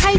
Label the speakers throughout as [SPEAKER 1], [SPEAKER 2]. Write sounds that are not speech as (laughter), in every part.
[SPEAKER 1] 开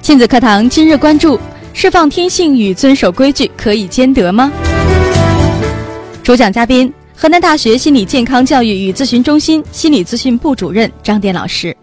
[SPEAKER 2] 亲子课堂今日关注：释放天性与遵守规矩可以兼得吗？主讲嘉宾：河南大学心理健康教育与咨询中心心理咨询部主任张典老师。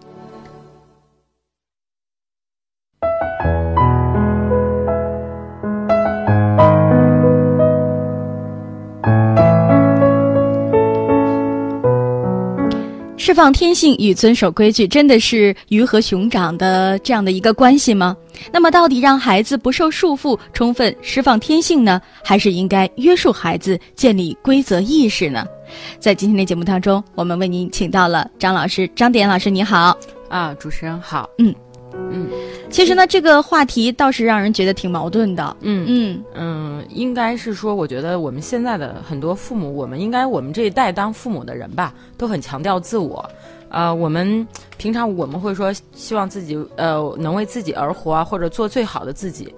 [SPEAKER 2] 释放天性与遵守规矩，真的是鱼和熊掌的这样的一个关系吗？那么，到底让孩子不受束缚，充分释放天性呢，还是应该约束孩子建立规则意识呢？在今天的节目当中，我们为您请到了张老师，张典老师，你好。
[SPEAKER 3] 啊，主持人好，
[SPEAKER 2] 嗯
[SPEAKER 3] 嗯
[SPEAKER 2] 其实呢，这个话题倒是让人觉得挺矛盾的。
[SPEAKER 3] 嗯
[SPEAKER 2] 嗯
[SPEAKER 3] 嗯，应该是说，我觉得我们现在的很多父母，我们应该我们这一代当父母的人吧，都很强调自我。呃，我们平常我们会说，希望自己呃能为自己而活啊，或者做最好的自己。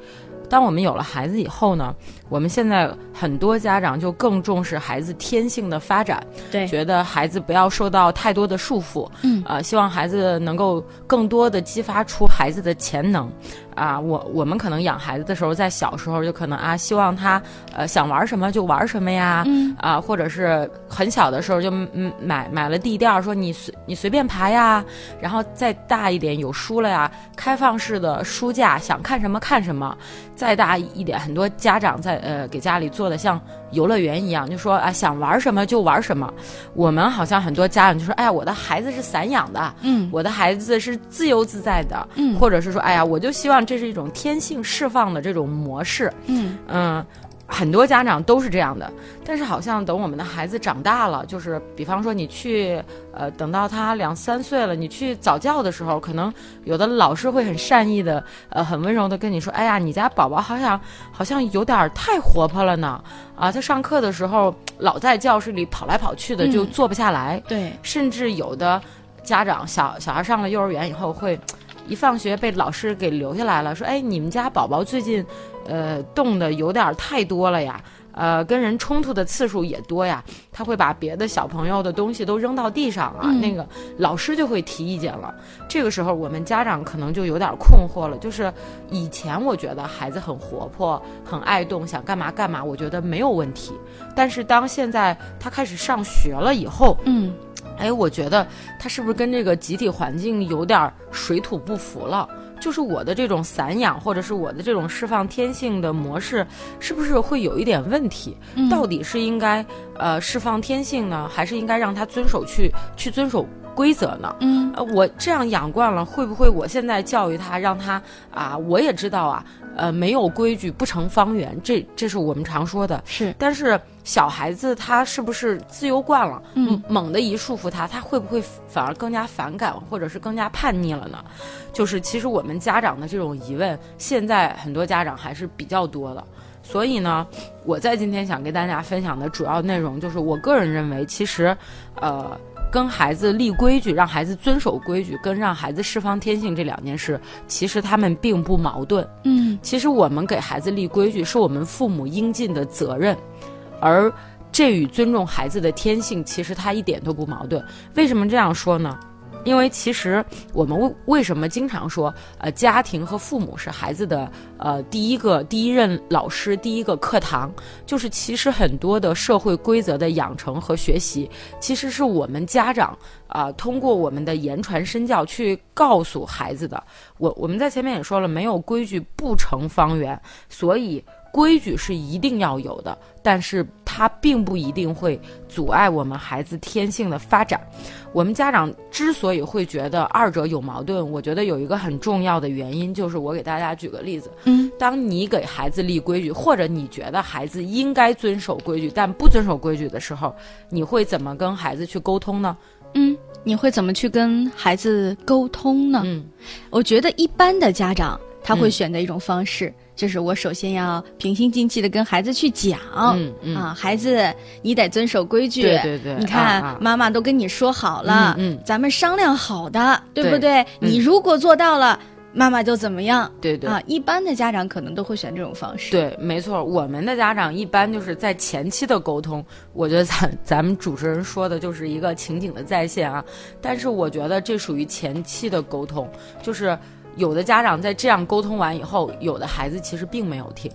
[SPEAKER 3] 当我们有了孩子以后呢，我们现在很多家长就更重视孩子天性的发展，
[SPEAKER 2] 对
[SPEAKER 3] 觉得孩子不要受到太多的束缚，
[SPEAKER 2] 嗯
[SPEAKER 3] 啊、希望孩子能够更多的激发出孩子的潜能，啊、我我们可能养孩子的时候，在小时候就可能啊，希望他呃想玩什么就玩什么呀，
[SPEAKER 2] 嗯
[SPEAKER 3] 啊、或者是很小的时候就嗯买买了地垫儿，说你随你随便爬呀，然后再大一点有书了呀，开放式的书架，想看什么看什么，再大一点，很多家长在呃给家里做的像游乐园一样，就说啊想玩什么就玩什么。我们好像很多家长就说，哎呀，我的孩子是散养的，
[SPEAKER 2] 嗯
[SPEAKER 3] 我的孩子是自由自在的，
[SPEAKER 2] 嗯
[SPEAKER 3] 或者是说，哎呀，我就希望这是一种天性释放的这种模式，
[SPEAKER 2] 嗯
[SPEAKER 3] 嗯。很多家长都是这样的，但是好像等我们的孩子长大了，就是比方说你去，呃，等到他两三岁了，你去早教的时候，可能有的老师会很善意的，呃，很温柔的跟你说，哎呀，你家宝宝好像好像有点儿太活泼了呢，啊，他上课的时候老在教室里跑来跑去的，
[SPEAKER 2] 嗯
[SPEAKER 3] 就坐不下来，
[SPEAKER 2] 对
[SPEAKER 3] 甚至有的家长小小孩上了幼儿园以后会。一放学被老师给留下来了，说：“哎，你们家宝宝最近，呃，动的有点儿太多了呀，呃，跟人冲突的次数也多呀。”他会把别的小朋友的东西都扔到地上啊，
[SPEAKER 2] 嗯
[SPEAKER 3] 那个老师就会提意见了。这个时候，我们家长可能就有点儿困惑了，就是以前我觉得孩子很活泼，很爱动，想干嘛干嘛，我觉得没有问题。但是当现在他开始上学了以后，
[SPEAKER 2] 嗯
[SPEAKER 3] 哎，我觉得他是不是跟这个集体环境有点儿水土不服了？就是我的这种散养，或者是我的这种释放天性的模式，是不是会有一点问题？
[SPEAKER 2] 嗯
[SPEAKER 3] 到底是应该呃释放天性呢，还是应该让他遵守去去遵守规则呢？
[SPEAKER 2] 嗯
[SPEAKER 3] 呃，我这样养惯了，会不会我现在教育他，让他啊，我也知道啊，呃，没有规矩不成方圆，这这是我们常说的。
[SPEAKER 2] 是
[SPEAKER 3] 但是小孩子他是不是自由惯了，
[SPEAKER 2] 嗯
[SPEAKER 3] 猛的一束缚他，他会不会反而更加反感，或者是更加叛逆了呢？就是其实我们家长的这种疑问，现在很多家长还是比较多的。所以呢，我在今天想跟大家分享的主要内容就是，我个人认为，其实，呃，跟孩子立规矩，让孩子遵守规矩，跟让孩子释放天性这两件事，其实他们并不矛盾。
[SPEAKER 2] 嗯
[SPEAKER 3] 其实我们给孩子立规矩，是我们父母应尽的责任，而这与尊重孩子的天性，其实它一点都不矛盾。为什么这样说呢？因为其实我们为为什么经常说，呃，家庭和父母是孩子的呃第一个第一任老师，第一个课堂，就是其实很多的社会规则的养成和学习，其实是我们家长啊、通过我们的言传身教去告诉孩子的。我我们在前面也说了，没有规矩不成方圆，所以规矩是一定要有的，但是它并不一定会阻碍我们孩子天性的发展。我们家长之所以会觉得二者有矛盾，我觉得有一个很重要的原因就是，我给大家举个例子，
[SPEAKER 2] 嗯，
[SPEAKER 3] 当你给孩子立规矩，或者你觉得孩子应该遵守规矩，但不遵守规矩的时候，你会怎么跟孩子去沟通呢？
[SPEAKER 2] 嗯，你会怎么去跟孩子沟通呢？
[SPEAKER 3] 嗯，
[SPEAKER 2] 我觉得一般的家长他会
[SPEAKER 3] 嗯
[SPEAKER 2] 选择一种方式，就是我首先要平心静气的跟孩子去讲。
[SPEAKER 3] 嗯嗯
[SPEAKER 2] 啊，孩子，你得遵守规矩。
[SPEAKER 3] 对对对
[SPEAKER 2] 你看、
[SPEAKER 3] 啊啊
[SPEAKER 2] 妈妈都跟你说好了，
[SPEAKER 3] 嗯嗯
[SPEAKER 2] 咱们商量好的，对不
[SPEAKER 3] 对
[SPEAKER 2] 对？
[SPEAKER 3] 嗯
[SPEAKER 2] 你如果做到了，妈妈就怎么样。
[SPEAKER 3] 对对
[SPEAKER 2] 啊，一般的家长可能都会选这种方式。，
[SPEAKER 3] 对，没错，我们的家长一般就是在前期的沟通，我觉得咱咱们主持人说的就是一个情景的再现啊，但是我觉得这属于前期的沟通，就是有的家长在这样沟通完以后，有的孩子其实并没有听。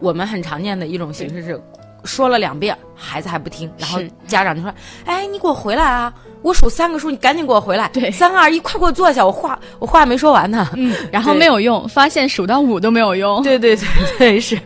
[SPEAKER 3] 我们很常见的一种形式是，说了两遍，孩子还不听，然后
[SPEAKER 2] 是
[SPEAKER 3] 家长就说：“哎，你给我回来啊！我数三个数，你赶紧给我回来。
[SPEAKER 2] 对
[SPEAKER 3] 三二一，快给我坐下，我话我话没说完呢。”
[SPEAKER 2] 嗯，然后
[SPEAKER 3] 对
[SPEAKER 2] 没有用，发现数到五都没有用。
[SPEAKER 3] (laughs) 对对对对是，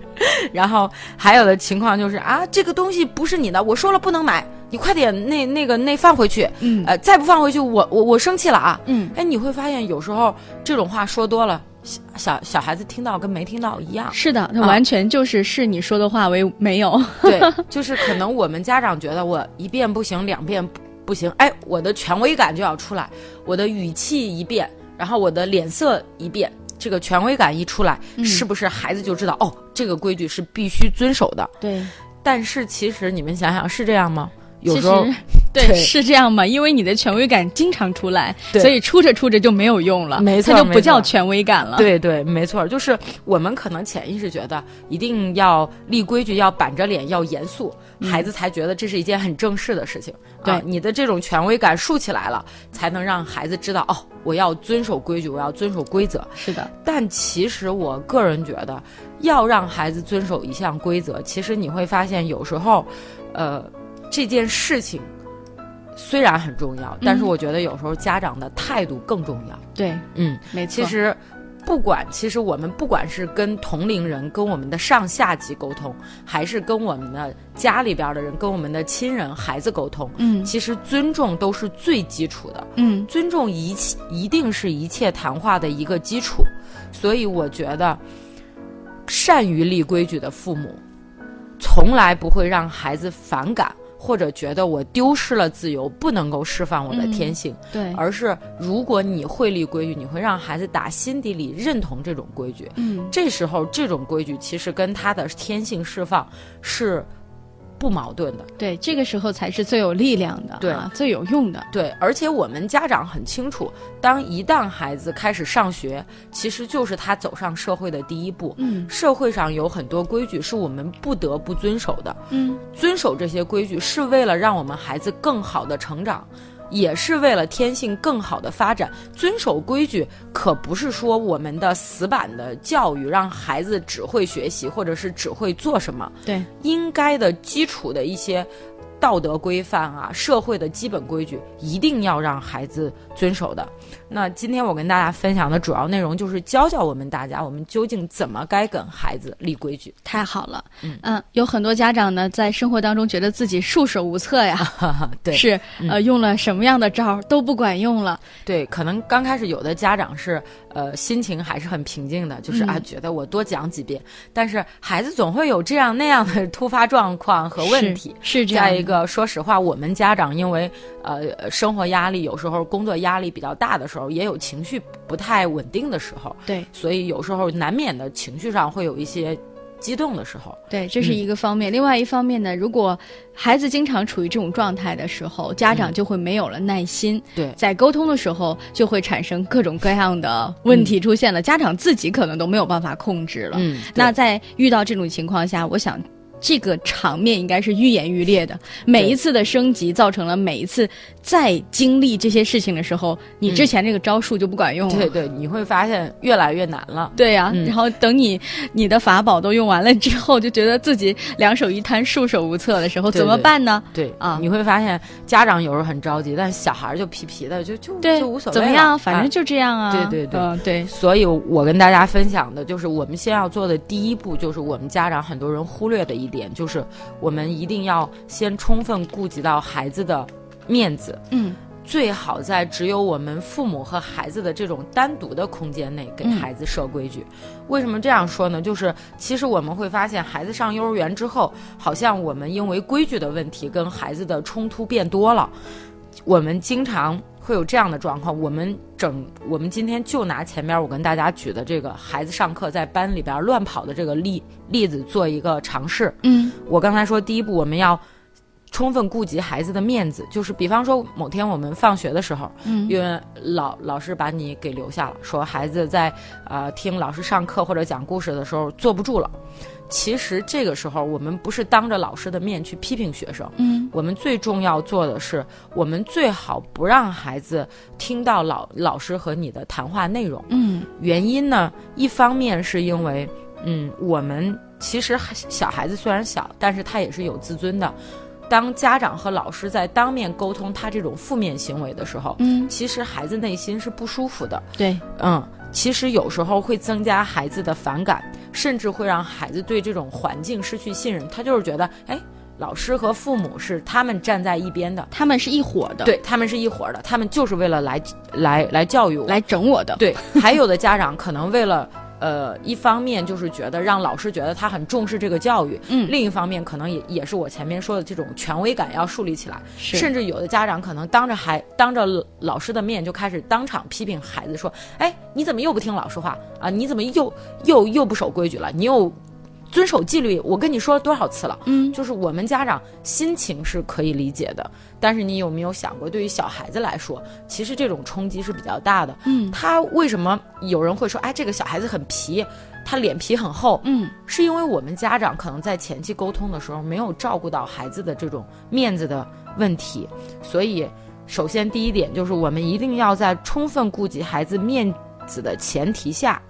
[SPEAKER 3] 然后还有的情况就是啊，这个东西不是你的，我说了不能买，你快点那那个那放回去，
[SPEAKER 2] 嗯
[SPEAKER 3] 呃，再不放回去，我我我生气了啊！
[SPEAKER 2] 嗯，。
[SPEAKER 3] 哎，你会发现有时候这种话说多了，小小小孩子听到跟没听到一样
[SPEAKER 2] (laughs) 是的，他完全就是视你说的话为没有。
[SPEAKER 3] 对，就是可能我们家长觉得我一遍不行，两遍不不行，哎，我的权威感就要出来，我的语气一变，然后我的脸色一变。这个权威感一出来，是不是孩子就知道哦，这个规矩是必须遵守的？
[SPEAKER 2] 对，
[SPEAKER 3] 但是其实你们想想是这样吗？有时候
[SPEAKER 2] 其实嗯对
[SPEAKER 3] 对
[SPEAKER 2] 是这样嘛，因为你的权威感经常出来，
[SPEAKER 3] 对
[SPEAKER 2] 所以出着出着就没有用了，
[SPEAKER 3] 没错
[SPEAKER 2] 它就
[SPEAKER 3] 没
[SPEAKER 2] 不
[SPEAKER 3] 错
[SPEAKER 2] 叫权威感了。，
[SPEAKER 3] 对对，没错，就是我们可能潜意识觉得一定要立规矩，要板着脸，要严肃，孩子才觉得这是一件很正式的事情。
[SPEAKER 2] 嗯对
[SPEAKER 3] 啊你的这种权威感竖起来了，才能让孩子知道哦，我要遵守规矩，我要遵守规则。
[SPEAKER 2] 是的，
[SPEAKER 3] 但其实我个人觉得，要让孩子遵守一项规则，其实你会发现有时候，呃，这件事情虽然很重要，但是我觉得有时候家长的态度更重要。
[SPEAKER 2] 对，
[SPEAKER 3] 嗯，
[SPEAKER 2] 没错。
[SPEAKER 3] 其实。不管，其实我们不管是跟同龄人、跟我们的上下级沟通，还是跟我们的家里边的人、跟我们的亲人、孩子沟通，
[SPEAKER 2] 嗯
[SPEAKER 3] 其实尊重都是最基础的。
[SPEAKER 2] 嗯，
[SPEAKER 3] 尊重一切一定是一切谈话的一个基础，所以我觉得，善于立规矩的父母，从来不会让孩子反感或者觉得我丢失了自由，不能够释放我的天性，
[SPEAKER 2] 对，
[SPEAKER 3] 而是如果你会立规矩，你会让孩子打心底里认同这种规矩。
[SPEAKER 2] 嗯
[SPEAKER 3] 这时候，这种规矩其实跟他的天性释放是不矛盾的。
[SPEAKER 2] 对，这个时候才是最有力量的，
[SPEAKER 3] 对
[SPEAKER 2] 啊，最有用的。
[SPEAKER 3] 对，而且我们家长很清楚，当一旦孩子开始上学，其实就是他走上社会的第一步。
[SPEAKER 2] 嗯
[SPEAKER 3] 社会上有很多规矩是我们不得不遵守的，
[SPEAKER 2] 嗯，
[SPEAKER 3] 遵守这些规矩是为了让我们孩子更好的成长，也是为了天性更好的发展。遵守规矩可不是说我们的死板的教育让孩子只会学习或者是只会做什么，
[SPEAKER 2] 对，
[SPEAKER 3] 应该的基础的一些道德规范啊，社会的基本规矩，一定要让孩子遵守的。那今天我跟大家分享的主要内容就是教教我们大家，我们究竟怎么该跟孩子立规 (laughs) 矩。
[SPEAKER 2] 太好了。
[SPEAKER 3] 嗯
[SPEAKER 2] 有很多家长呢，在生活当中觉得自己束手无策呀，
[SPEAKER 3] 啊对嗯
[SPEAKER 2] 是呃，用了什么样的招儿都不管用了。
[SPEAKER 3] 对，可能刚开始有的家长是呃心情还是很平静的，就是啊、
[SPEAKER 2] 嗯
[SPEAKER 3] 觉得我多讲几遍，但是孩子总会有这样那样的突发状况和问题。
[SPEAKER 2] 是是这样
[SPEAKER 3] 再
[SPEAKER 2] 的
[SPEAKER 3] 一个，说实话，我们家长因为呃生活压力，有时候工作压力比较大的时候，也有情绪不太稳定的时候，
[SPEAKER 2] 对
[SPEAKER 3] 所以有时候难免的情绪上会有一些激动的时候。
[SPEAKER 2] 对，这是
[SPEAKER 3] 嗯
[SPEAKER 2] 一个方面。另外一方面呢，如果孩子经常处于这种状态的时候，家长就会没有了耐心，
[SPEAKER 3] 嗯对
[SPEAKER 2] 在沟通的时候就会产生各种各样的问题出现了，家长自己可能都没有办法控制了。
[SPEAKER 3] 嗯，
[SPEAKER 2] 那
[SPEAKER 3] 对
[SPEAKER 2] 在遇到这种情况下，我想。这个场面应该是愈演愈烈的，每一次的升级造成了每一次再经历这些事情的时候，你之前这个招数就不管用了。
[SPEAKER 3] 嗯对对，你会发现越来越难了。
[SPEAKER 2] 对呀、
[SPEAKER 3] 嗯
[SPEAKER 2] 然后等你你的法宝都用完了之后，就觉得自己两手一摊、束手无策的时候，
[SPEAKER 3] 对
[SPEAKER 2] 怎么
[SPEAKER 3] 对
[SPEAKER 2] 办呢？
[SPEAKER 3] 对
[SPEAKER 2] 啊
[SPEAKER 3] 你会发现家长有时候很着急，但小孩儿就皮皮的，就就
[SPEAKER 2] 对，
[SPEAKER 3] 就无所谓
[SPEAKER 2] 怎
[SPEAKER 3] 了。
[SPEAKER 2] 么样，反
[SPEAKER 3] 啊
[SPEAKER 2] 正就这样啊。
[SPEAKER 3] 对对对
[SPEAKER 2] 嗯对，
[SPEAKER 3] 所以，我跟大家分享的就是我们先要做的第一步，就是我们家长很多人忽略的一点，就是我们一定要先充分顾及到孩子的面子，
[SPEAKER 2] 嗯
[SPEAKER 3] 最好在只有我们父母和孩子的这种单独的空间内给
[SPEAKER 2] 嗯
[SPEAKER 3] 孩子设规矩。为什么这样说呢？就是其实我们会发现，孩子上幼儿园之后，好像我们因为规矩的问题跟孩子的冲突变多了。我们经常会有这样的状况。我们整，我们今天就拿前面我跟大家举的这个孩子上课在班里边乱跑的这个例例子做一个尝试。
[SPEAKER 2] 嗯
[SPEAKER 3] 我刚才说，第一步我们要充分顾及孩子的面子，就是比方说某天我们放学的时候，
[SPEAKER 2] 嗯
[SPEAKER 3] 因为老老师把你给留下了，说孩子在呃听老师上课或者讲故事的时候坐不住了。其实这个时候，我们不是当着老师的面去批评学生，
[SPEAKER 2] 嗯
[SPEAKER 3] 我们最重要做的是，我们最好不让孩子听到老老师和你的谈话内容。
[SPEAKER 2] 嗯
[SPEAKER 3] 原因呢，一方面是因为，嗯，我们其实还小孩子虽然小，但是他也是有自尊的。当家长和老师在当面沟通他这种负面行为的时候，
[SPEAKER 2] 嗯，
[SPEAKER 3] 其实孩子内心是不舒服的。
[SPEAKER 2] 对，
[SPEAKER 3] 嗯，其实有时候会增加孩子的反感，甚至会让孩子对这种环境失去信任。他就是觉得，哎，老师和父母是他们站在一边的，
[SPEAKER 2] 他们是一伙的，，
[SPEAKER 3] 对他们是一伙儿的，他们就是为了来来来教育我，
[SPEAKER 2] 来整 (laughs) 我的，
[SPEAKER 3] 对，还有的家长可能为了。呃，一方面就是觉得让老师觉得他很重视这个教育，
[SPEAKER 2] 嗯
[SPEAKER 3] 另一方面可能也也是我前面说的这种权威感要树立起来，
[SPEAKER 2] 是
[SPEAKER 3] 甚至有的家长可能当着孩当着老师的面就开始当场批评孩子说，哎，你怎么又不听老师话啊？你怎么又又又不守规矩了？你又遵守纪律？我跟你说了多少次了？
[SPEAKER 2] 嗯
[SPEAKER 3] 就是我们家长心情是可以理解的，但是你有没有想过，对于小孩子来说，其实这种冲击是比较大的。
[SPEAKER 2] 嗯
[SPEAKER 3] 他为什么有人会说，哎，这个小孩子很皮，他脸皮很厚，
[SPEAKER 2] 嗯
[SPEAKER 3] 是因为我们家长可能在前期沟通的时候没有照顾到孩子的这种面子的问题，所以首先第一点就是我们一定要在充分顾及孩子面子的前提下。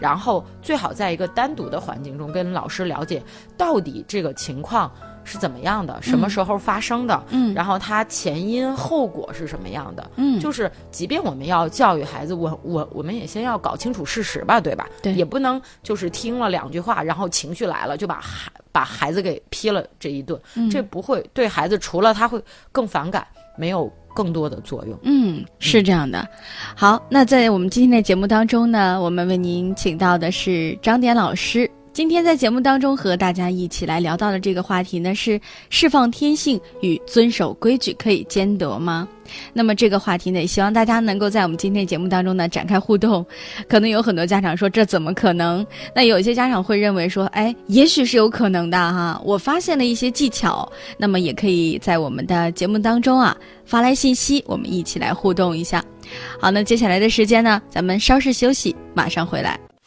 [SPEAKER 3] 然后最好在一个单独的环境中跟老师了解到底这个情况是怎么样的，什么时候发生的，
[SPEAKER 2] 嗯
[SPEAKER 3] 然后它前因后果是什么样的，
[SPEAKER 2] 嗯，
[SPEAKER 3] 就是，即便我们要教育孩子，我我我们也先要搞清楚事实吧，对吧？
[SPEAKER 2] 对
[SPEAKER 3] 也不能就是听了两句话，然后情绪来了就把孩把孩子给批了这一顿，
[SPEAKER 2] 嗯
[SPEAKER 3] 这不会对孩子除了他会更反感，没有更多的作用。
[SPEAKER 2] 嗯，是这样的。好，那在我们今天的节目当中呢，我们为您请到的是张典老师。今天在节目当中和大家一起来聊到的这个话题呢，是释放天性与遵守规矩可以兼得吗？那么这个话题呢，也希望大家能够在我们今天节目当中呢展开互动。可能有很多家长说这怎么可能？那有一些家长会认为说，哎，也许是有可能的哈。我发现了一些技巧，那么也可以在我们的节目当中啊发来信息，我们一起来互动一下。好，那接下来的时间呢，咱们稍事休息，马上回来。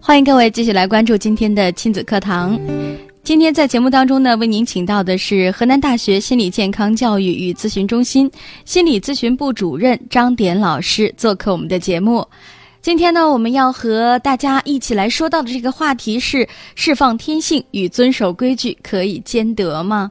[SPEAKER 2] 欢迎各位继续来关注今天的亲子课堂。今天在节目当中呢，为您请到的是河南大学心理健康教育与咨询中心心理咨询部主任张典老师做客我们的节目。今天呢，我们要和大家一起来说到的这个话题是：释放天性与遵守规矩可以兼得吗？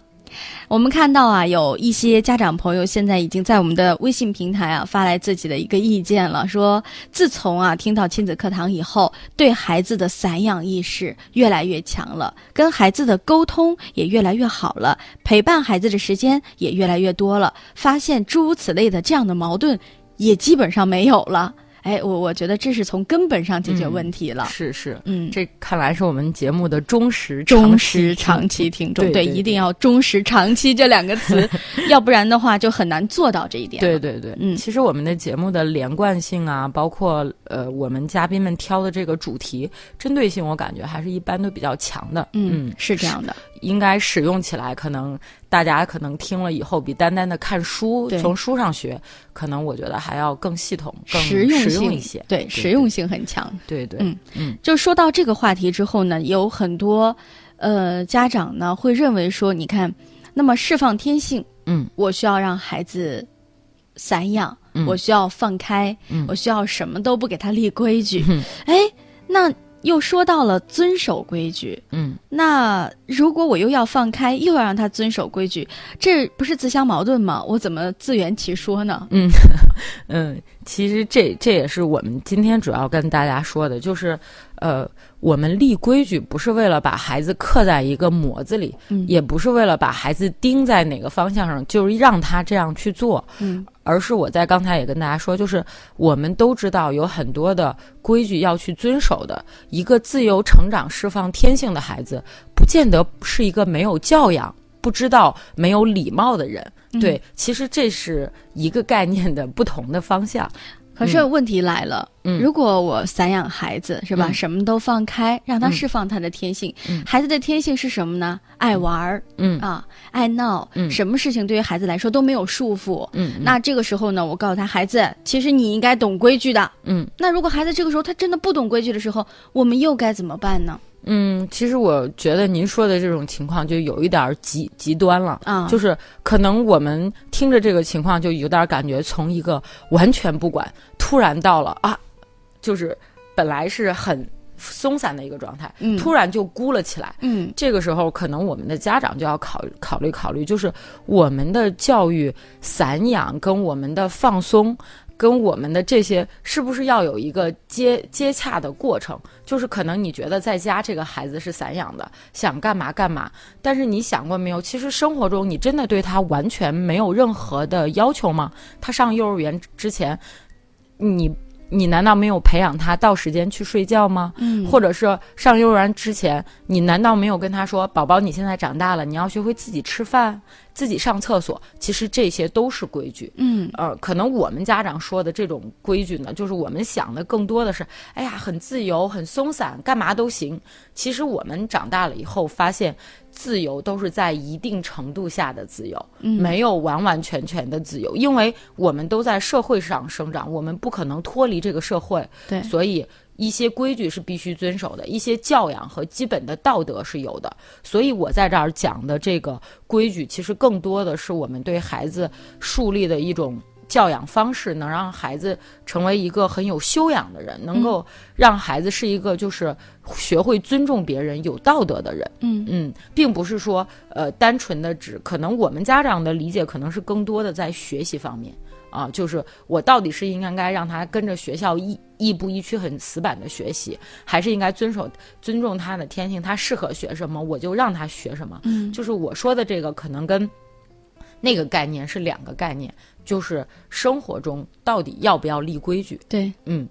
[SPEAKER 2] 我们看到啊，有一些家长朋友现在已经在我们的微信平台啊发来自己的一个意见了，说自从啊听到亲子课堂以后，对孩子的散养意识越来越强了，跟孩子的沟通也越来越好了，陪伴孩子的时间也越来越多了，发现诸如此类的这样的矛盾也基本上没有了。哎，我我觉得这是从根本上解决问题了。
[SPEAKER 3] 是是，
[SPEAKER 2] 嗯，
[SPEAKER 3] 这看来是我们节目的忠实
[SPEAKER 2] 忠实
[SPEAKER 3] 长
[SPEAKER 2] 长
[SPEAKER 3] 期
[SPEAKER 2] 期听众，
[SPEAKER 3] 对对
[SPEAKER 2] 一定要忠实长期这两个
[SPEAKER 3] (laughs)
[SPEAKER 2] 词，要不然的话就很难做到这一点。
[SPEAKER 3] 对，对对，
[SPEAKER 2] 嗯
[SPEAKER 3] 其实我们的节目的连贯性啊，包括呃我们嘉宾们挑的这个主题针对性，我感觉还是一般都比较强的。
[SPEAKER 2] 嗯，是这样的。
[SPEAKER 3] 应该使用起来，可能大家可能听了以后，比单单的看书
[SPEAKER 2] 对
[SPEAKER 3] 从书上学，可能我觉得还要更系统、更
[SPEAKER 2] 实用性
[SPEAKER 3] 一些。
[SPEAKER 2] 对，实用性很强。
[SPEAKER 3] 对对，
[SPEAKER 2] 嗯就说到这个话题之后呢，有很多呃家长呢会认为说，你看，那么释放天性，
[SPEAKER 3] 嗯，
[SPEAKER 2] 我需要让孩子散养，
[SPEAKER 3] 嗯
[SPEAKER 2] 我需要放开，
[SPEAKER 3] 嗯
[SPEAKER 2] 我需要什么都不给他立规矩。
[SPEAKER 3] 嗯
[SPEAKER 2] 哎，那又说到了遵守规矩，
[SPEAKER 3] 嗯，
[SPEAKER 2] 那如果我又要放开，又要让他遵守规矩，这不是自相矛盾吗？我怎么自圆其说呢？
[SPEAKER 3] 嗯，其实这这也是我们今天主要跟大家说的，就是呃，我们立规矩不是为了把孩子刻在一个模子里，
[SPEAKER 2] 嗯
[SPEAKER 3] 也不是为了把孩子盯在哪个方向上，就是让他这样去做。
[SPEAKER 2] 嗯
[SPEAKER 3] 而是我在刚才也跟大家说，就是我们都知道有很多的规矩要去遵守的。一个自由成长、释放天性的孩子，不见得是一个没有教养、不知道、没有礼貌的人。
[SPEAKER 2] 嗯
[SPEAKER 3] 对，其实这是一个概念的不同的方向。
[SPEAKER 2] 可是问题来了，
[SPEAKER 3] 嗯
[SPEAKER 2] 如果我散养孩子是吧，
[SPEAKER 3] 嗯
[SPEAKER 2] 什么都放开，让他
[SPEAKER 3] 嗯
[SPEAKER 2] 释放他的天性。
[SPEAKER 3] 嗯
[SPEAKER 2] 孩子的天性是什么呢？爱玩儿、
[SPEAKER 3] 嗯
[SPEAKER 2] 啊，爱闹，
[SPEAKER 3] 嗯
[SPEAKER 2] 什么事情对于孩子来说都没有束缚。
[SPEAKER 3] 嗯嗯
[SPEAKER 2] 那这个时候呢，我告诉他，孩子，其实你应该懂规矩的。
[SPEAKER 3] 嗯
[SPEAKER 2] 那如果孩子这个时候他真的不懂规矩的时候，我们又该怎么办呢？
[SPEAKER 3] 嗯，其实我觉得您说的这种情况就有一点儿极极端了。
[SPEAKER 2] 啊，
[SPEAKER 3] 就是可能我们听着这个情况，就有点感觉从一个完全不管，突然到了啊，就是本来是很松散的一个状态，
[SPEAKER 2] 嗯
[SPEAKER 3] 突然就箍了起来。
[SPEAKER 2] 嗯
[SPEAKER 3] 这个时候，可能我们的家长就要考考虑考虑，就是我们的教育散养跟我们的放松。跟我们的这些是不是要有一个接接洽的过程？就是可能你觉得在家这个孩子是散养的，想干嘛干嘛，但是你想过没有？其实生活中你真的对他完全没有任何的要求吗？他上幼儿园之前，你你难道没有培养他到时间去睡觉吗？
[SPEAKER 2] 嗯，
[SPEAKER 3] 或者是上幼儿园之前，你难道没有跟他说，宝宝你现在长大了，你要学会自己吃饭、自己上厕所？其实这些都是规矩。
[SPEAKER 2] 嗯
[SPEAKER 3] 呃，可能我们家长说的这种规矩呢，就是我们想的更多的是，哎呀，很自由、很松散，干嘛都行。其实我们长大了以后发现，自由都是在一定程度下的自由，
[SPEAKER 2] 嗯
[SPEAKER 3] 没有完完全全的自由，因为我们都在社会上生长，我们不可能脱离这个社会，
[SPEAKER 2] 对，
[SPEAKER 3] 所以一些规矩是必须遵守的，一些教养和基本的道德是有的。所以我在这儿讲的这个规矩，其实更多的是我们对孩子树立的一种。教养方式能让孩子成为一个很有修养的人，能够让孩子是一个就是学会尊重别人、有道德的人。
[SPEAKER 2] 嗯
[SPEAKER 3] 嗯，并不是说呃单纯的只可能我们家长的理解可能是更多的在学习方面啊，就是我到底是应该让他跟着学校亦亦步亦趋很死板的学习，还是应该遵守尊重他的天性，他适合学什么我就让他学什么。
[SPEAKER 2] 嗯
[SPEAKER 3] 就是我说的这个可能跟那个概念是两个概念，就是生活中到底要不要立规矩？
[SPEAKER 2] 对。
[SPEAKER 3] 嗯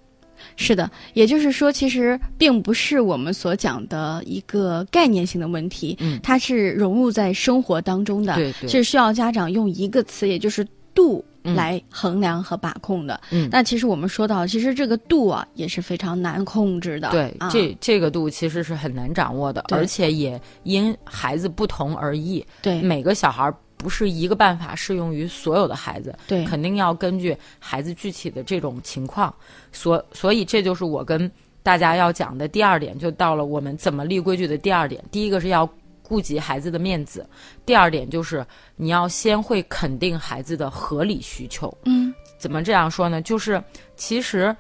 [SPEAKER 2] 是的，也就是说，其实并不是我们所讲的一个概念性的问题，
[SPEAKER 3] 嗯
[SPEAKER 2] 它是融入在生活当中的，
[SPEAKER 3] 对对
[SPEAKER 2] 是需要家长用一个词，也就是度。
[SPEAKER 3] 嗯
[SPEAKER 2] 来衡量和把控的。
[SPEAKER 3] 嗯
[SPEAKER 2] 那其实我们说到，其实这个度啊也是非常难控制的。
[SPEAKER 3] 对，
[SPEAKER 2] 啊、
[SPEAKER 3] 这这个度其实是很难掌握的，
[SPEAKER 2] 对
[SPEAKER 3] 而且也因孩子不同而异。
[SPEAKER 2] 对
[SPEAKER 3] 每个小孩儿不是一个办法适用于所有的孩子，
[SPEAKER 2] 对
[SPEAKER 3] 肯定要根据孩子具体的这种情况。所所以这就是我跟大家要讲的第二点，就到了我们怎么立规矩的第二点。第一个是要顾及孩子的面子，第二点就是你要先会肯定孩子的合理需求。
[SPEAKER 2] 嗯
[SPEAKER 3] 怎么这样说呢？就是其实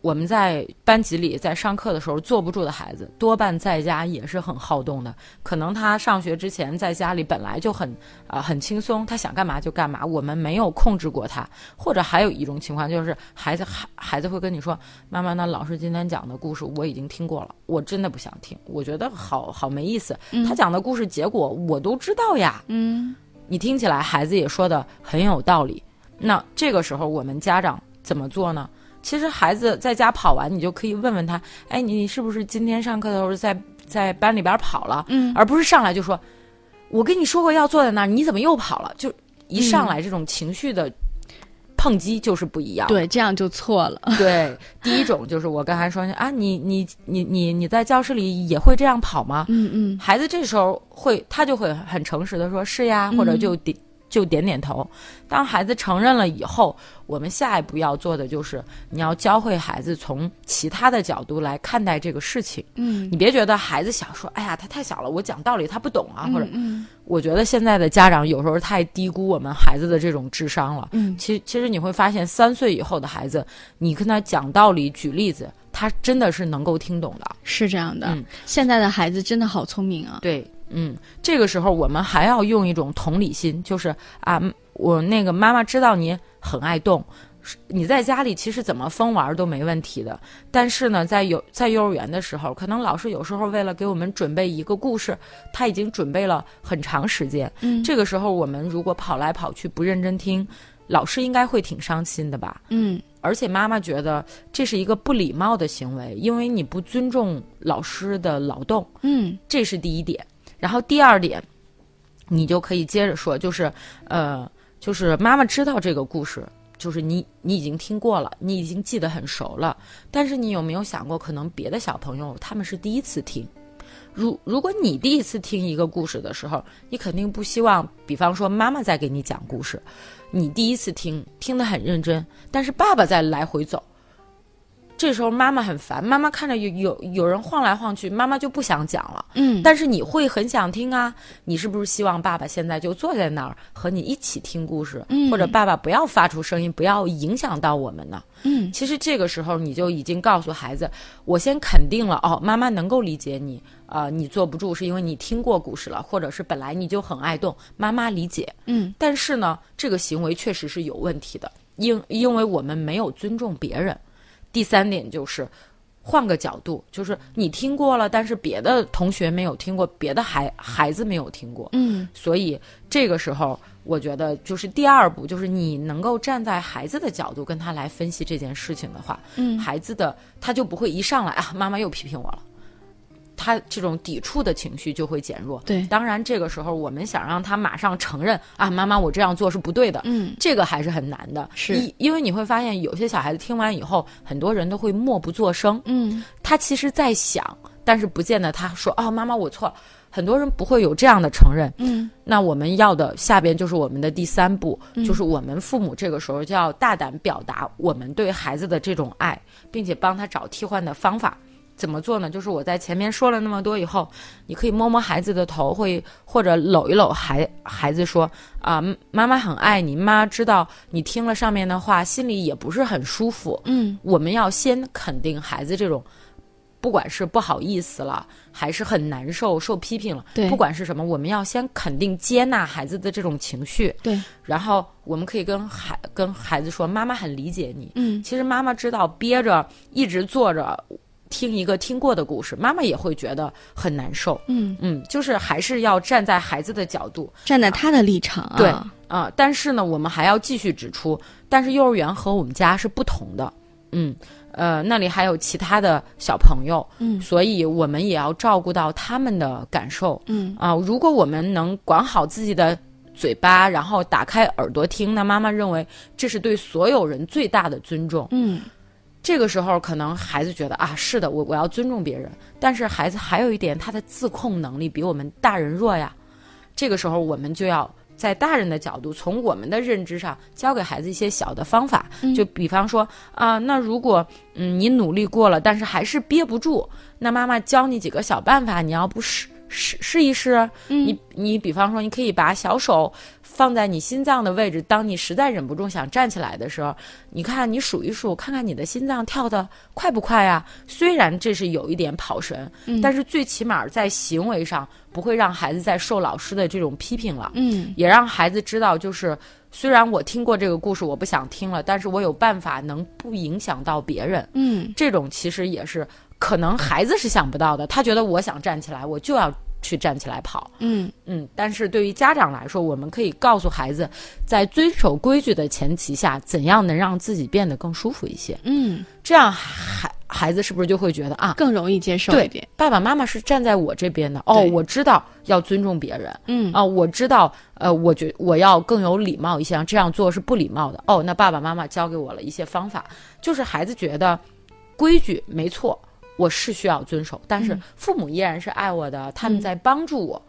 [SPEAKER 3] 我们在班级里在上课的时候坐不住的孩子，多半在家也是很好动的。可能他上学之前在家里本来就很啊、很轻松，他想干嘛就干嘛，我们没有控制过他。或者还有一种情况就是孩子孩孩子会跟你说：“妈妈，那老师今天讲的故事我已经听过了，我真的不想听，我觉得好好没意思。他讲的故事结果我都知道呀。”
[SPEAKER 2] 嗯
[SPEAKER 3] 你听起来孩子也说的很有道理。那这个时候我们家长怎么做呢？其实孩子在家跑完，你就可以问问他，哎，你你是不是今天上课的时候在在班里边跑了？
[SPEAKER 2] 嗯
[SPEAKER 3] 而不是上来就说，我跟你说过要坐在那儿，你怎么又跑了？就一上来这种情绪的碰击就是不一样。
[SPEAKER 2] 对，这样就错了。
[SPEAKER 3] (laughs) 对，第一种就是我刚才说啊，你你你你你在教室里也会这样跑吗？
[SPEAKER 2] 嗯嗯，
[SPEAKER 3] 孩子这时候会，他就会很诚实的说“是呀”，或者就点、就点点头。当孩子承认了以后，我们下一步要做的就是，你要教会孩子从其他的角度来看待这个事情。
[SPEAKER 2] 嗯，
[SPEAKER 3] 你别觉得孩子小说“哎呀，他太小了，我讲道理他不懂啊”，或者
[SPEAKER 2] 嗯
[SPEAKER 3] 我觉得现在的家长有时候太低估我们孩子的这种智商了。
[SPEAKER 2] 嗯
[SPEAKER 3] 其其实你会发现，三岁以后的孩子，你跟他讲道理、举例子，他真的是能够听懂的。
[SPEAKER 2] 是这样的、
[SPEAKER 3] 嗯
[SPEAKER 2] 现在的孩子真的好聪明啊。
[SPEAKER 3] 对，嗯，这个时候我们还要用一种同理心，就是啊，我那个妈妈知道你很爱动，是你在家里其实怎么疯玩都没问题的，但是呢，在有在幼儿园的时候，可能老师有时候为了给我们准备一个故事，他已经准备了很长时间，
[SPEAKER 2] 嗯
[SPEAKER 3] 这个时候我们如果跑来跑去不认真听，老师应该会挺伤心的吧？
[SPEAKER 2] 嗯，
[SPEAKER 3] 而且妈妈觉得这是一个不礼貌的行为，因为你不尊重老师的劳动。
[SPEAKER 2] 嗯
[SPEAKER 3] 这是第一点。然后第二点，你就可以接着说，就是呃，就是妈妈知道这个故事，就是你你已经听过了，你已经记得很熟了，但是你有没有想过，可能别的小朋友他们是第一次听。如如果你第一次听一个故事的时候，你肯定不希望，比方说妈妈在给你讲故事，你第一次听听得很认真，但是爸爸在来回走，这时候妈妈很烦，妈妈看着有有有人晃来晃去，妈妈就不想讲了。
[SPEAKER 2] 嗯，
[SPEAKER 3] 但是你会很想听啊，你是不是希望爸爸现在就坐在那儿和你一起听故事，
[SPEAKER 2] 嗯
[SPEAKER 3] 或者爸爸不要发出声音，不要影响到我们呢？
[SPEAKER 2] 嗯
[SPEAKER 3] 其实这个时候你就已经告诉孩子，我先肯定了哦，妈妈能够理解你，啊，你坐不住是因为你听过故事了，或者是本来你就很爱动，妈妈理解。
[SPEAKER 2] 嗯
[SPEAKER 3] 但是呢，这个行为确实是有问题的，因因为我们没有尊重别人。第三点就是，换个角度，就是你听过了，但是别的同学没有听过，别的孩孩子没有听过，
[SPEAKER 2] 嗯
[SPEAKER 3] 所以这个时候，我觉得就是第二步，就是你能够站在孩子的角度跟他来分析这件事情的话，
[SPEAKER 2] 嗯
[SPEAKER 3] 孩子的他就不会一上来啊，妈妈又批评我了。他这种抵触的情绪就会减弱。
[SPEAKER 2] 对
[SPEAKER 3] 当然这个时候我们想让他马上承认啊，妈妈，我这样做是不对的，
[SPEAKER 2] 嗯，
[SPEAKER 3] 这个还是很难的。
[SPEAKER 2] 是
[SPEAKER 3] 因因为你会发现有些小孩子听完以后，很多人都会默不作声。
[SPEAKER 2] 嗯
[SPEAKER 3] 他其实在想，但是不见得他说啊，妈妈，我错了。很多人不会有这样的承认。
[SPEAKER 2] 嗯
[SPEAKER 3] 那我们要的下边就是我们的第三步，嗯就是我们父母这个时候就要大胆表达我们对孩子的这种爱，并且帮他找替换的方法。怎么做呢？就是我在前面说了那么多以后，你可以摸摸孩子的头，会或者搂一搂孩孩子说啊、妈妈很爱你，妈知道你听了上面的话，心里也不是很舒服。
[SPEAKER 2] 嗯
[SPEAKER 3] 我们要先肯定孩子这种，不管是不好意思了，还是很难受、受批评了，
[SPEAKER 2] 对
[SPEAKER 3] 不管是什么，我们要先肯定接纳孩子的这种情绪，
[SPEAKER 2] 对，
[SPEAKER 3] 然后我们可以跟孩跟孩子说，妈妈很理解你。
[SPEAKER 2] 嗯
[SPEAKER 3] 其实妈妈知道憋着一直坐着听一个听过的故事，妈妈也会觉得很难受。
[SPEAKER 2] 嗯，
[SPEAKER 3] 嗯，就是还是要站在孩子的角度，
[SPEAKER 2] 站在他的立场啊，
[SPEAKER 3] 对啊、但是呢，我们还要继续指出，但是幼儿园和我们家是不同的，嗯，呃，那里还有其他的小朋友，
[SPEAKER 2] 嗯
[SPEAKER 3] 所以我们也要照顾到他们的感受
[SPEAKER 2] 嗯
[SPEAKER 3] 啊、如果我们能管好自己的嘴巴，然后打开耳朵听，那妈妈认为这是对所有人最大的尊重。
[SPEAKER 2] 嗯
[SPEAKER 3] 这个时候，可能孩子觉得啊，是的，我我要尊重别人，但是孩子还有一点，他的自控能力比我们大人弱呀。这个时候，我们就要在大人的角度，从我们的认知上教给孩子一些小的方法，就比方说啊、那如果嗯你努力过了，但是还是憋不住，那妈妈教你几个小办法，你要不试试试一试？你你比方说，你可以把小手放在你心脏的位置，当你实在忍不住想站起来的时候，你看你数一数，看看你的心脏跳得快不快啊？虽然这是有一点跑神，但是最起码在行为上不会让孩子再受老师的这种批评了，
[SPEAKER 2] 嗯
[SPEAKER 3] 也让孩子知道，就是虽然我听过这个故事，我不想听了，但是我有办法能不影响到别人。
[SPEAKER 2] 嗯
[SPEAKER 3] 这种其实也是可能孩子是想不到的，他觉得我想站起来，我就要去站起来跑。
[SPEAKER 2] 嗯
[SPEAKER 3] 嗯，但是对于家长来说，我们可以告诉孩子，在遵守规矩的前提下，怎样能让自己变得更舒服一些。
[SPEAKER 2] 嗯，
[SPEAKER 3] 这样孩孩子是不是就会觉得啊，
[SPEAKER 2] 更容易接受一点
[SPEAKER 3] 对。，爸爸妈妈是站在我这边的哦，
[SPEAKER 2] 对
[SPEAKER 3] 我知道要尊重别人。
[SPEAKER 2] 嗯
[SPEAKER 3] 啊，我知道，呃，我觉我要更有礼貌一些，这样做是不礼貌的。哦，那爸爸妈妈教给我了一些方法，就是孩子觉得规矩没错，我是需要遵守，但
[SPEAKER 2] 嗯
[SPEAKER 3] 是父母依然是爱我的，他们在帮助我。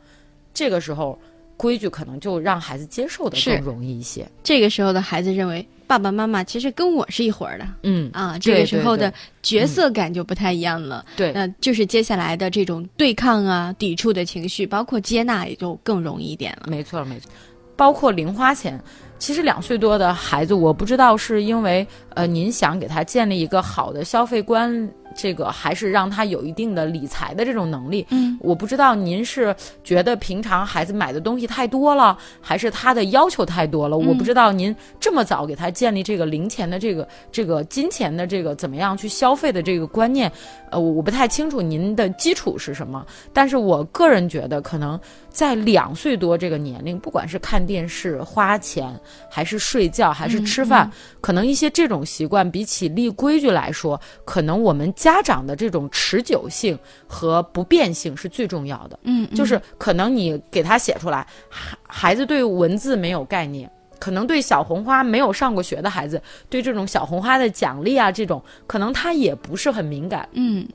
[SPEAKER 3] 这个时候，规矩可能就让孩子接受的
[SPEAKER 2] 是嗯
[SPEAKER 3] 更容易一些。
[SPEAKER 2] 这个时候的孩子认为爸爸妈妈其实跟我是一伙儿的
[SPEAKER 3] 嗯，
[SPEAKER 2] 啊，这
[SPEAKER 3] 对
[SPEAKER 2] 个时候
[SPEAKER 3] 对嗯
[SPEAKER 2] 的角色感就不太一样了。
[SPEAKER 3] 对，
[SPEAKER 2] 那就是接下来的这种对抗啊、抵触的情绪，包括接纳，也就更容易一点了。
[SPEAKER 3] 没错，没错，包括零花钱。其实两岁多的孩子，我不知道是因为呃，您想给他建立一个好的消费观，这个还是让他有一定的理财的这种能力。
[SPEAKER 2] 嗯，
[SPEAKER 3] 我不知道您是觉得平常孩子买的东西太多了，还是他的要求太多了？我不知道您这么早给他建立这个零钱的这个这个金钱的这个怎么样去消费的这个观念，呃，我我不太清楚您的基础是什么，但是我个人觉得可能在两岁多这个年龄，不管是看电视、花钱，还是睡觉，还是吃饭，可能一些这种习惯，比起立规矩来说，可能我们家长的这种持久性和不变性是最重要的。
[SPEAKER 2] 嗯，
[SPEAKER 3] 就是可能你给他写出来，孩孩子对文字没有概念。可能对小红花没有上过学的孩子，对这种小红花的奖励啊，这种可能他也不是很敏感。
[SPEAKER 2] 嗯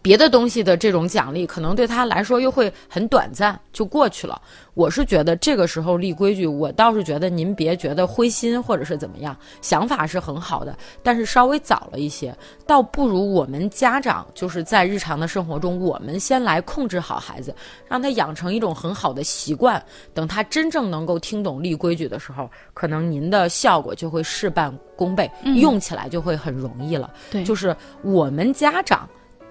[SPEAKER 3] 别的东西的这种奖励，可能对他来说又会很短暂，就过去了。我是觉得这个时候立规矩，我倒是觉得您别觉得灰心或者是怎么样，想法是很好的，但是稍微早了一些，倒不如我们家长就是在日常的生活中，我们先来控制好孩子，让他养成一种很好的习惯。等他真正能够听懂立规矩的时候，可能您的效果就会事半功倍，用起来就会很容易了。
[SPEAKER 2] 对
[SPEAKER 3] 就是我们家长。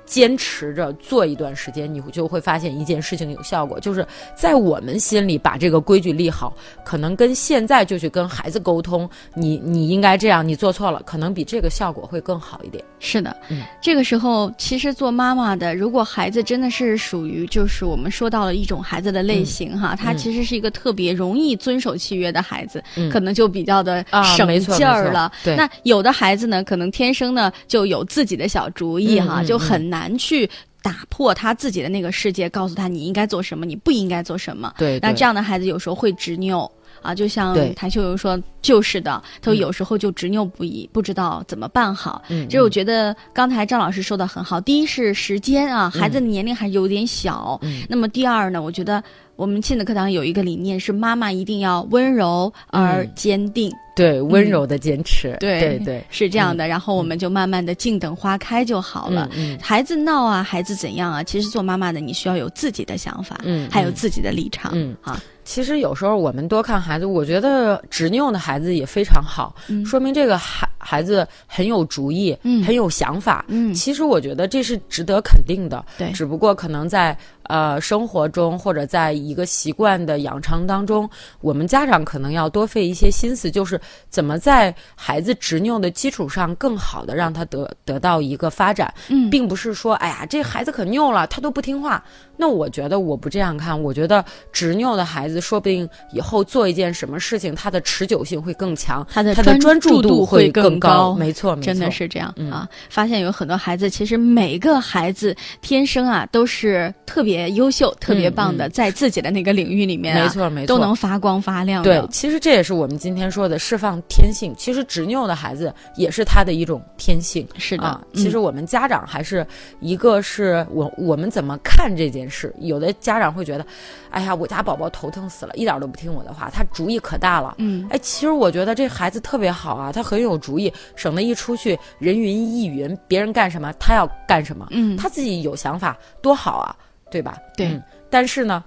[SPEAKER 3] 坚持着做一段时间，你就会发现一件事情有效果，就是在我们心里把这个规矩立好，可能跟现在就去跟孩子沟通，你你应该这样，你做错了，可能比这个效果会更好一点。
[SPEAKER 2] 是的，
[SPEAKER 3] 嗯
[SPEAKER 2] 这个时候其实做妈妈的，如果孩子真的是属于就是我们说到了一种孩子的类型哈，他其实是一个特别容易遵守契约的孩子，
[SPEAKER 3] 嗯
[SPEAKER 2] 可能就比较的
[SPEAKER 3] 啊
[SPEAKER 2] 省
[SPEAKER 3] 没错
[SPEAKER 2] 劲
[SPEAKER 3] 没
[SPEAKER 2] 儿
[SPEAKER 3] 错
[SPEAKER 2] 了。
[SPEAKER 3] 对
[SPEAKER 2] 那有的孩子呢，可能天生呢就有自己的小主意哈，
[SPEAKER 3] 嗯嗯
[SPEAKER 2] 就很难去。打破他自己的那个世界，告诉他你应该做什么，你不应该做什么。
[SPEAKER 3] 对
[SPEAKER 2] 那
[SPEAKER 3] 对
[SPEAKER 2] 这样的孩子有时候会执拗啊，就像
[SPEAKER 3] 对
[SPEAKER 2] 谭秀荣说，就是的，他
[SPEAKER 3] 嗯
[SPEAKER 2] 有时候就执拗不已，不知道怎么办好。
[SPEAKER 3] 嗯，
[SPEAKER 2] 这我觉得刚才张老师说的很好，第一是时间啊，孩子的年龄还有点小。
[SPEAKER 3] 嗯
[SPEAKER 2] 那么第二呢，我觉得我们亲子课堂有一个理念是妈妈一定要温柔而
[SPEAKER 3] 嗯
[SPEAKER 2] 坚定，
[SPEAKER 3] 对温柔的坚持，
[SPEAKER 2] 对
[SPEAKER 3] 嗯对对，
[SPEAKER 2] 是这样的。然后我们就慢慢的静等花开就好了。
[SPEAKER 3] 嗯
[SPEAKER 2] 孩子闹啊，孩子怎样啊？其实做妈妈的你需要有自己的想法，
[SPEAKER 3] 嗯
[SPEAKER 2] 还有
[SPEAKER 3] 嗯
[SPEAKER 2] 自己的立场，
[SPEAKER 3] 嗯
[SPEAKER 2] 啊，
[SPEAKER 3] 其实有时候我们多看孩子，我觉得执拗的孩子也非常好，
[SPEAKER 2] 嗯
[SPEAKER 3] 说明这个孩孩子很有主意，
[SPEAKER 2] 嗯
[SPEAKER 3] 很有想法。
[SPEAKER 2] 嗯
[SPEAKER 3] 其实我觉得这是值得肯定的，
[SPEAKER 2] 对
[SPEAKER 3] 只不过可能在呃生活中或者在一个习惯的养成当中，我们家长可能要多费一些心思，就是怎么在孩子执拗的基础上，更好的让他得得到一个发展，
[SPEAKER 2] 嗯
[SPEAKER 3] 并不是说哎呀这孩子可拗了，他都不听话。那我觉得我不这样看，我觉得执拗的孩子，说不定以后做一件什么事情，他的持久性会更强，
[SPEAKER 2] 他的
[SPEAKER 3] 他的专注
[SPEAKER 2] 度
[SPEAKER 3] 会
[SPEAKER 2] 更
[SPEAKER 3] 高。没错，没错，
[SPEAKER 2] 真的是这样、
[SPEAKER 3] 嗯
[SPEAKER 2] 啊！发现有很多孩子，其实每个孩子天生啊都是特别优秀、特别棒的，
[SPEAKER 3] 嗯
[SPEAKER 2] 在自己的那个领域里面啊，
[SPEAKER 3] 没错，没错，
[SPEAKER 2] 都能发光发亮
[SPEAKER 3] 对
[SPEAKER 2] 的。，
[SPEAKER 3] 其实这也是我们今天说的释放天性。其实执拗的孩子也是他的一种天性。
[SPEAKER 2] 是的，
[SPEAKER 3] 啊，
[SPEAKER 2] 嗯
[SPEAKER 3] 其实我们家长还是一个是我我们怎么看这件事。有的家长会觉得，哎呀，我家宝宝头疼死了，一点都不听我的话，他主意可大了。
[SPEAKER 2] 嗯，
[SPEAKER 3] 哎，其实我觉得这孩子特别好啊，他很有主意，省得一出去人云亦云，别人干什么他要干什么，
[SPEAKER 2] 嗯
[SPEAKER 3] 他自己有想法多好啊，对吧？
[SPEAKER 2] 对
[SPEAKER 3] 嗯但是呢，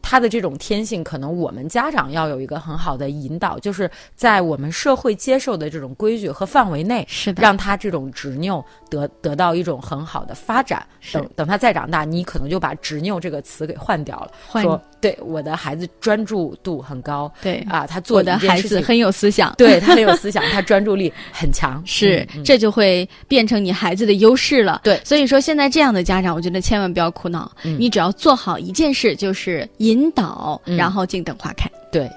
[SPEAKER 3] 他的这种天性，可能我们家长要有一个很好的引导，就是在我们社会接受的这种规矩和范围内，
[SPEAKER 2] 是的，
[SPEAKER 3] 让他这种执拗得得到一种很好的发展。
[SPEAKER 2] 是
[SPEAKER 3] 等等他再长大，你可能就把执拗这个词给换掉了，
[SPEAKER 2] 换
[SPEAKER 3] 说对我的孩子专注度很高
[SPEAKER 2] 对
[SPEAKER 3] 啊，他做
[SPEAKER 2] 我
[SPEAKER 3] 一
[SPEAKER 2] 的
[SPEAKER 3] 件
[SPEAKER 2] 孩
[SPEAKER 3] 事
[SPEAKER 2] 子
[SPEAKER 3] 情
[SPEAKER 2] 很有思想，
[SPEAKER 3] 对他很有思想，他专注力很强，
[SPEAKER 2] (laughs) 是
[SPEAKER 3] 嗯，嗯
[SPEAKER 2] 这就会变成你孩子的优势了。
[SPEAKER 3] 对
[SPEAKER 2] 所以说现在这样的家长，我觉得千万不要苦恼，
[SPEAKER 3] 嗯
[SPEAKER 2] 你只要做好一件事，就是引导，
[SPEAKER 3] 嗯
[SPEAKER 2] 然后静等花开。
[SPEAKER 3] 对，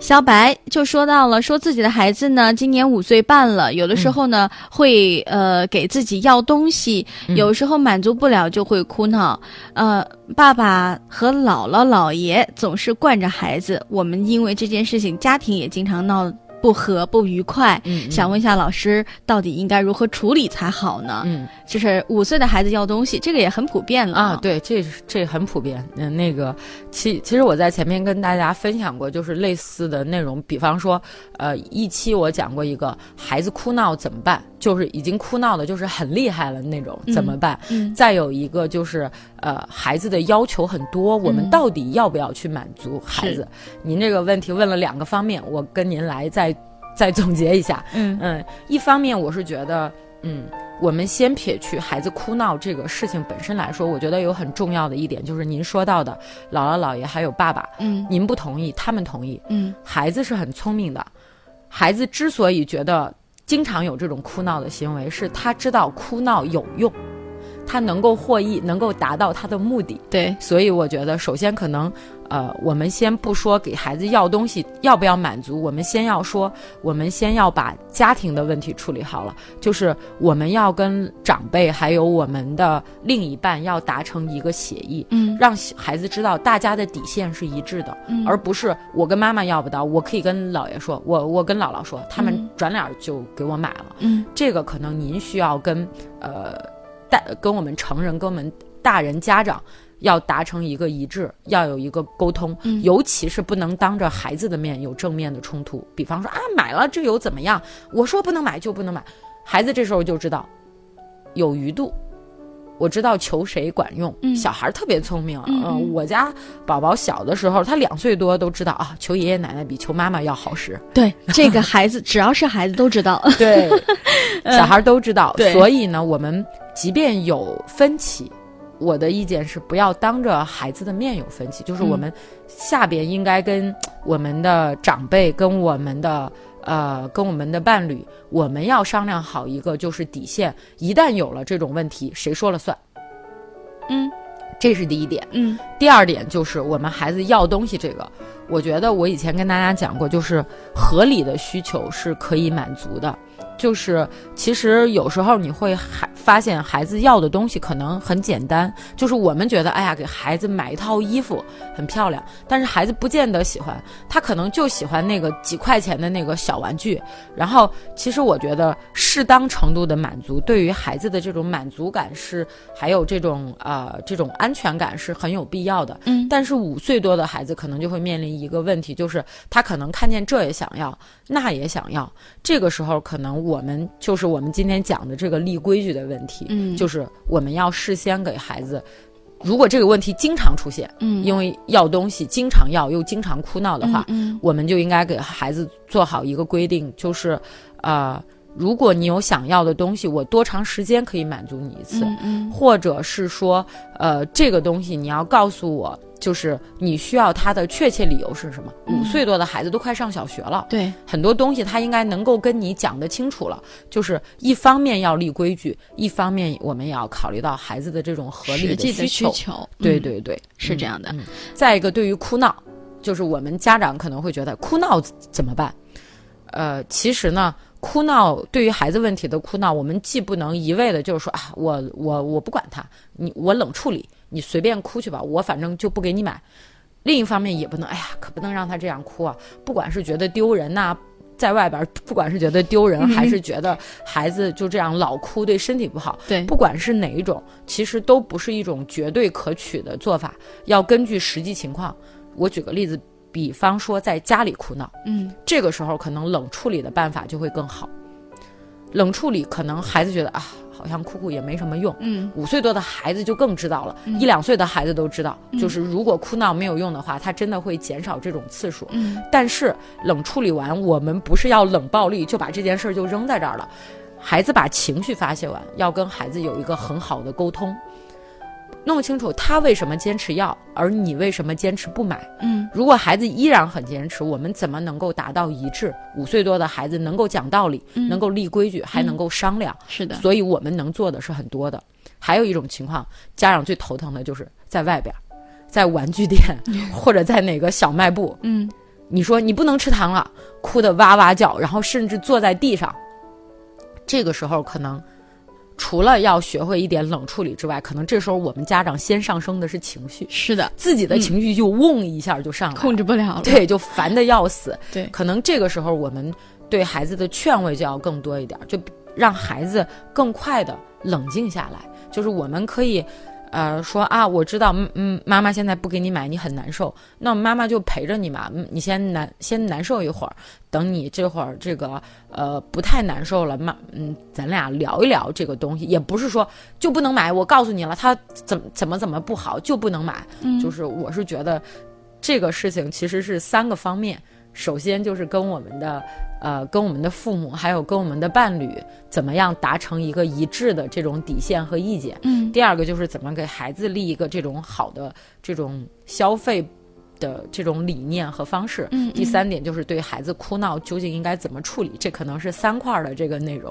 [SPEAKER 2] 小白就说到了，说自己的孩子呢，今年五岁半了，有的时候呢、会呃给自己要东西，
[SPEAKER 3] 嗯
[SPEAKER 2] 有时候满足不了就会哭闹。呃，爸爸和姥姥姥爷总是惯着孩子，我们因为这件事情，家庭也经常闹不和不愉快。
[SPEAKER 3] 嗯，嗯
[SPEAKER 2] 想问一下老师，到底应该如何处理才好呢？
[SPEAKER 3] 嗯
[SPEAKER 2] 就是五岁的孩子要东西，这个也很普遍了
[SPEAKER 3] 啊，，对，这是这很普遍。嗯，那个，其其实我在前面跟大家分享过，就是类似的内容，比方说，呃，一期我讲过一个孩子哭闹怎么办，就是已经哭闹的，就是很厉害了那种
[SPEAKER 2] 嗯
[SPEAKER 3] 怎么办？
[SPEAKER 2] 嗯
[SPEAKER 3] 再有一个就是，呃，孩子的要求很多，我们
[SPEAKER 2] 嗯
[SPEAKER 3] 到底要不要去满足孩
[SPEAKER 2] 是
[SPEAKER 3] 子？您这个问题问了两个方面，我跟您来再再总结一下。
[SPEAKER 2] 嗯
[SPEAKER 3] 嗯，一方面我是觉得，嗯，我们先撇去孩子哭闹这个事情本身来说，我觉得有很重要的一点就是您说到的姥姥、姥爷还有爸爸，
[SPEAKER 2] 嗯
[SPEAKER 3] 您不同意，他们同意，
[SPEAKER 2] 嗯，
[SPEAKER 3] 孩子是很聪明的，孩子之所以觉得经常有这种哭闹的行为，是他知道哭闹有用，他能够获益，能够达到他的目的。
[SPEAKER 2] 对，
[SPEAKER 3] 所以我觉得，首先可能，呃，我们先不说给孩子要东西要不要满足，我们先要说，我们先要把家庭的问题处理好了，就是我们要跟长辈还有我们的另一半要达成一个协议，
[SPEAKER 2] 嗯
[SPEAKER 3] 让孩子知道大家的底线是一致的，
[SPEAKER 2] 嗯
[SPEAKER 3] 而不是我跟妈妈要不到，我可以跟姥爷说，我我跟姥姥说，他们
[SPEAKER 2] 嗯
[SPEAKER 3] 转脸就给我买了。
[SPEAKER 2] 嗯
[SPEAKER 3] 这个可能您需要跟呃大跟我们成人跟我们大人家长要达成一个一致，要有一个沟通，
[SPEAKER 2] 嗯
[SPEAKER 3] 尤其是不能当着孩子的面有正面的冲突。比方说啊，买了这又怎么样？我说不能买就不能买，孩子这时候就知道有余度。我知道求谁管用，
[SPEAKER 2] 嗯
[SPEAKER 3] 小孩儿特别聪明。
[SPEAKER 2] 嗯
[SPEAKER 3] 呃
[SPEAKER 2] 嗯
[SPEAKER 3] 我家宝宝小的时候，他两岁多都知道啊，求爷爷奶奶比求妈妈要
[SPEAKER 2] (laughs)
[SPEAKER 3] 好使。
[SPEAKER 2] 对，这个孩子只要是孩子都知道，
[SPEAKER 3] 对， (laughs)
[SPEAKER 2] 嗯
[SPEAKER 3] 小孩儿都知道。
[SPEAKER 2] 对
[SPEAKER 3] 所以呢，我们即便有分歧，我的意见是不要当着孩子的面有分歧，就是我
[SPEAKER 2] 嗯
[SPEAKER 3] 们下边应该跟我们的长辈、跟我们的呃、跟我们的伴侣，我们要商量好一个就是底线。一旦有了这种问题，谁说了算？
[SPEAKER 2] 嗯
[SPEAKER 3] 这是第一点。
[SPEAKER 2] 嗯
[SPEAKER 3] 第二点就是我们孩子要东西这个，我觉得我以前跟大家讲过，就是合理的需求是可以满足的。就是其实有时候你会还发现孩子要的东西可能很简单，就是我们觉得哎呀给孩子买一套衣服很漂亮，但是孩子不见得喜欢，他可能就喜欢那个几块钱的那个小玩具。然后其实我觉得适当程度的满足对于孩子的这种满足感是还有这种呃这种安全感是很有必要的。
[SPEAKER 2] 嗯
[SPEAKER 3] 但是五岁多的孩子可能就会面临一个问题，就是他可能看见这也想要，那也想要。这个时候，可能我们就是我们今天讲的这个立规矩的问题，
[SPEAKER 2] 嗯
[SPEAKER 3] 就是我们要事先给孩子，如果这个问题经常出现，
[SPEAKER 2] 嗯
[SPEAKER 3] 因为要东西经常要又经常哭闹的话，
[SPEAKER 2] 嗯
[SPEAKER 3] 我们就应该给孩子做好一个规定，就是，呃，如果你有想要的东西，我多长时间可以满足你一次？
[SPEAKER 2] 嗯嗯
[SPEAKER 3] 或者是说，呃，这个东西你要告诉我，就是你需要它的确切理由是什么？
[SPEAKER 2] 嗯
[SPEAKER 3] 五岁多的孩子都快上小学了，
[SPEAKER 2] 对
[SPEAKER 3] 很多东西他应该能够跟你讲得清楚了。就是一方面要立规矩，一方面我们也要考虑到孩子的这种合理
[SPEAKER 2] 实际
[SPEAKER 3] 需
[SPEAKER 2] 的
[SPEAKER 3] 求。
[SPEAKER 2] 求，
[SPEAKER 3] 对
[SPEAKER 2] 嗯
[SPEAKER 3] 对对，
[SPEAKER 2] 是这
[SPEAKER 3] 嗯
[SPEAKER 2] 样的，
[SPEAKER 3] 嗯再一个，对于哭闹，就是我们家长可能会觉得哭闹怎么办？呃，其实呢，哭闹对于孩子问题的哭闹，我们既不能一味的就是说啊，我我我不管他，你我冷处理，你随便哭去吧，我反正就不给你买。另一方面，也不能哎呀，可不能让他这样哭啊！不管是觉得丢人呐、在外边儿不管是觉得丢人，还是觉得孩子就这样老哭对身体不好，
[SPEAKER 2] 对
[SPEAKER 3] 不管是哪一种，其实都不是一种绝对可取的做法，要根据实际情况。我举个例子，比方说在家里哭闹，
[SPEAKER 2] 嗯
[SPEAKER 3] 这个时候可能冷处理的办法就会更好。冷处理可能孩子觉得啊，好像哭哭也没什么用。
[SPEAKER 2] 嗯
[SPEAKER 3] 五岁多的孩子就更知道了，
[SPEAKER 2] 嗯
[SPEAKER 3] 一两岁的孩子都知道，
[SPEAKER 2] 嗯
[SPEAKER 3] 就是如果哭闹没有用的话，他真的会减少这种次数。
[SPEAKER 2] 嗯
[SPEAKER 3] 但是冷处理完，我们不是要冷暴力就把这件事儿就扔在这儿了。孩子把情绪发泄完，要跟孩子有一个很好的沟通，弄清楚他为什么坚持要，而你为什么坚持不买。
[SPEAKER 2] 嗯
[SPEAKER 3] 如果孩子依然很坚持，我们怎么能够达到一致？五岁多的孩子能够讲道理，
[SPEAKER 2] 嗯
[SPEAKER 3] 能够立规矩，还能够商量，
[SPEAKER 2] 是的，
[SPEAKER 3] 所以我们能做的是很多的。还有一种情况，家长最头疼的就是在外边儿，在玩具店或者在哪个小卖部，
[SPEAKER 2] 嗯
[SPEAKER 3] 你说你不能吃糖了，哭得哇哇叫，然后甚至坐在地上。这个时候可能除了要学会一点冷处理之外，可能这时候我们家长先上升的是情绪，
[SPEAKER 2] 是的，
[SPEAKER 3] 自己的情绪就嗡一下就上来
[SPEAKER 2] 嗯
[SPEAKER 3] 了，
[SPEAKER 2] 控制不了了，
[SPEAKER 3] 对，就烦的要死。
[SPEAKER 2] 对
[SPEAKER 3] 可能这个时候我们对孩子的劝慰就要更多一点儿，就让孩子更快的冷静下来。就是我们可以，呃，说啊，我知道，嗯嗯，妈妈现在不给你买，你很难受，那妈妈就陪着你嘛，嗯你先难先难受一会儿，等你这会儿这个呃不太难受了，妈，嗯，咱俩聊一聊这个东西，也不是说就不能买，我告诉你了，他怎么怎么怎么不好就不能买，
[SPEAKER 2] 嗯
[SPEAKER 3] 就是我是觉得这个事情其实是三个方面，首先就是跟我们的呃跟我们的父母，还有跟我们的伴侣，怎么样达成一个一致的这种底线和意见。
[SPEAKER 2] 嗯
[SPEAKER 3] 第二个就是怎么给孩子立一个这种好的这种消费的这种理念和方式。
[SPEAKER 2] 嗯嗯
[SPEAKER 3] 第三点就是对孩子哭闹究竟应该怎么处理，这可能是三块儿的这个内容。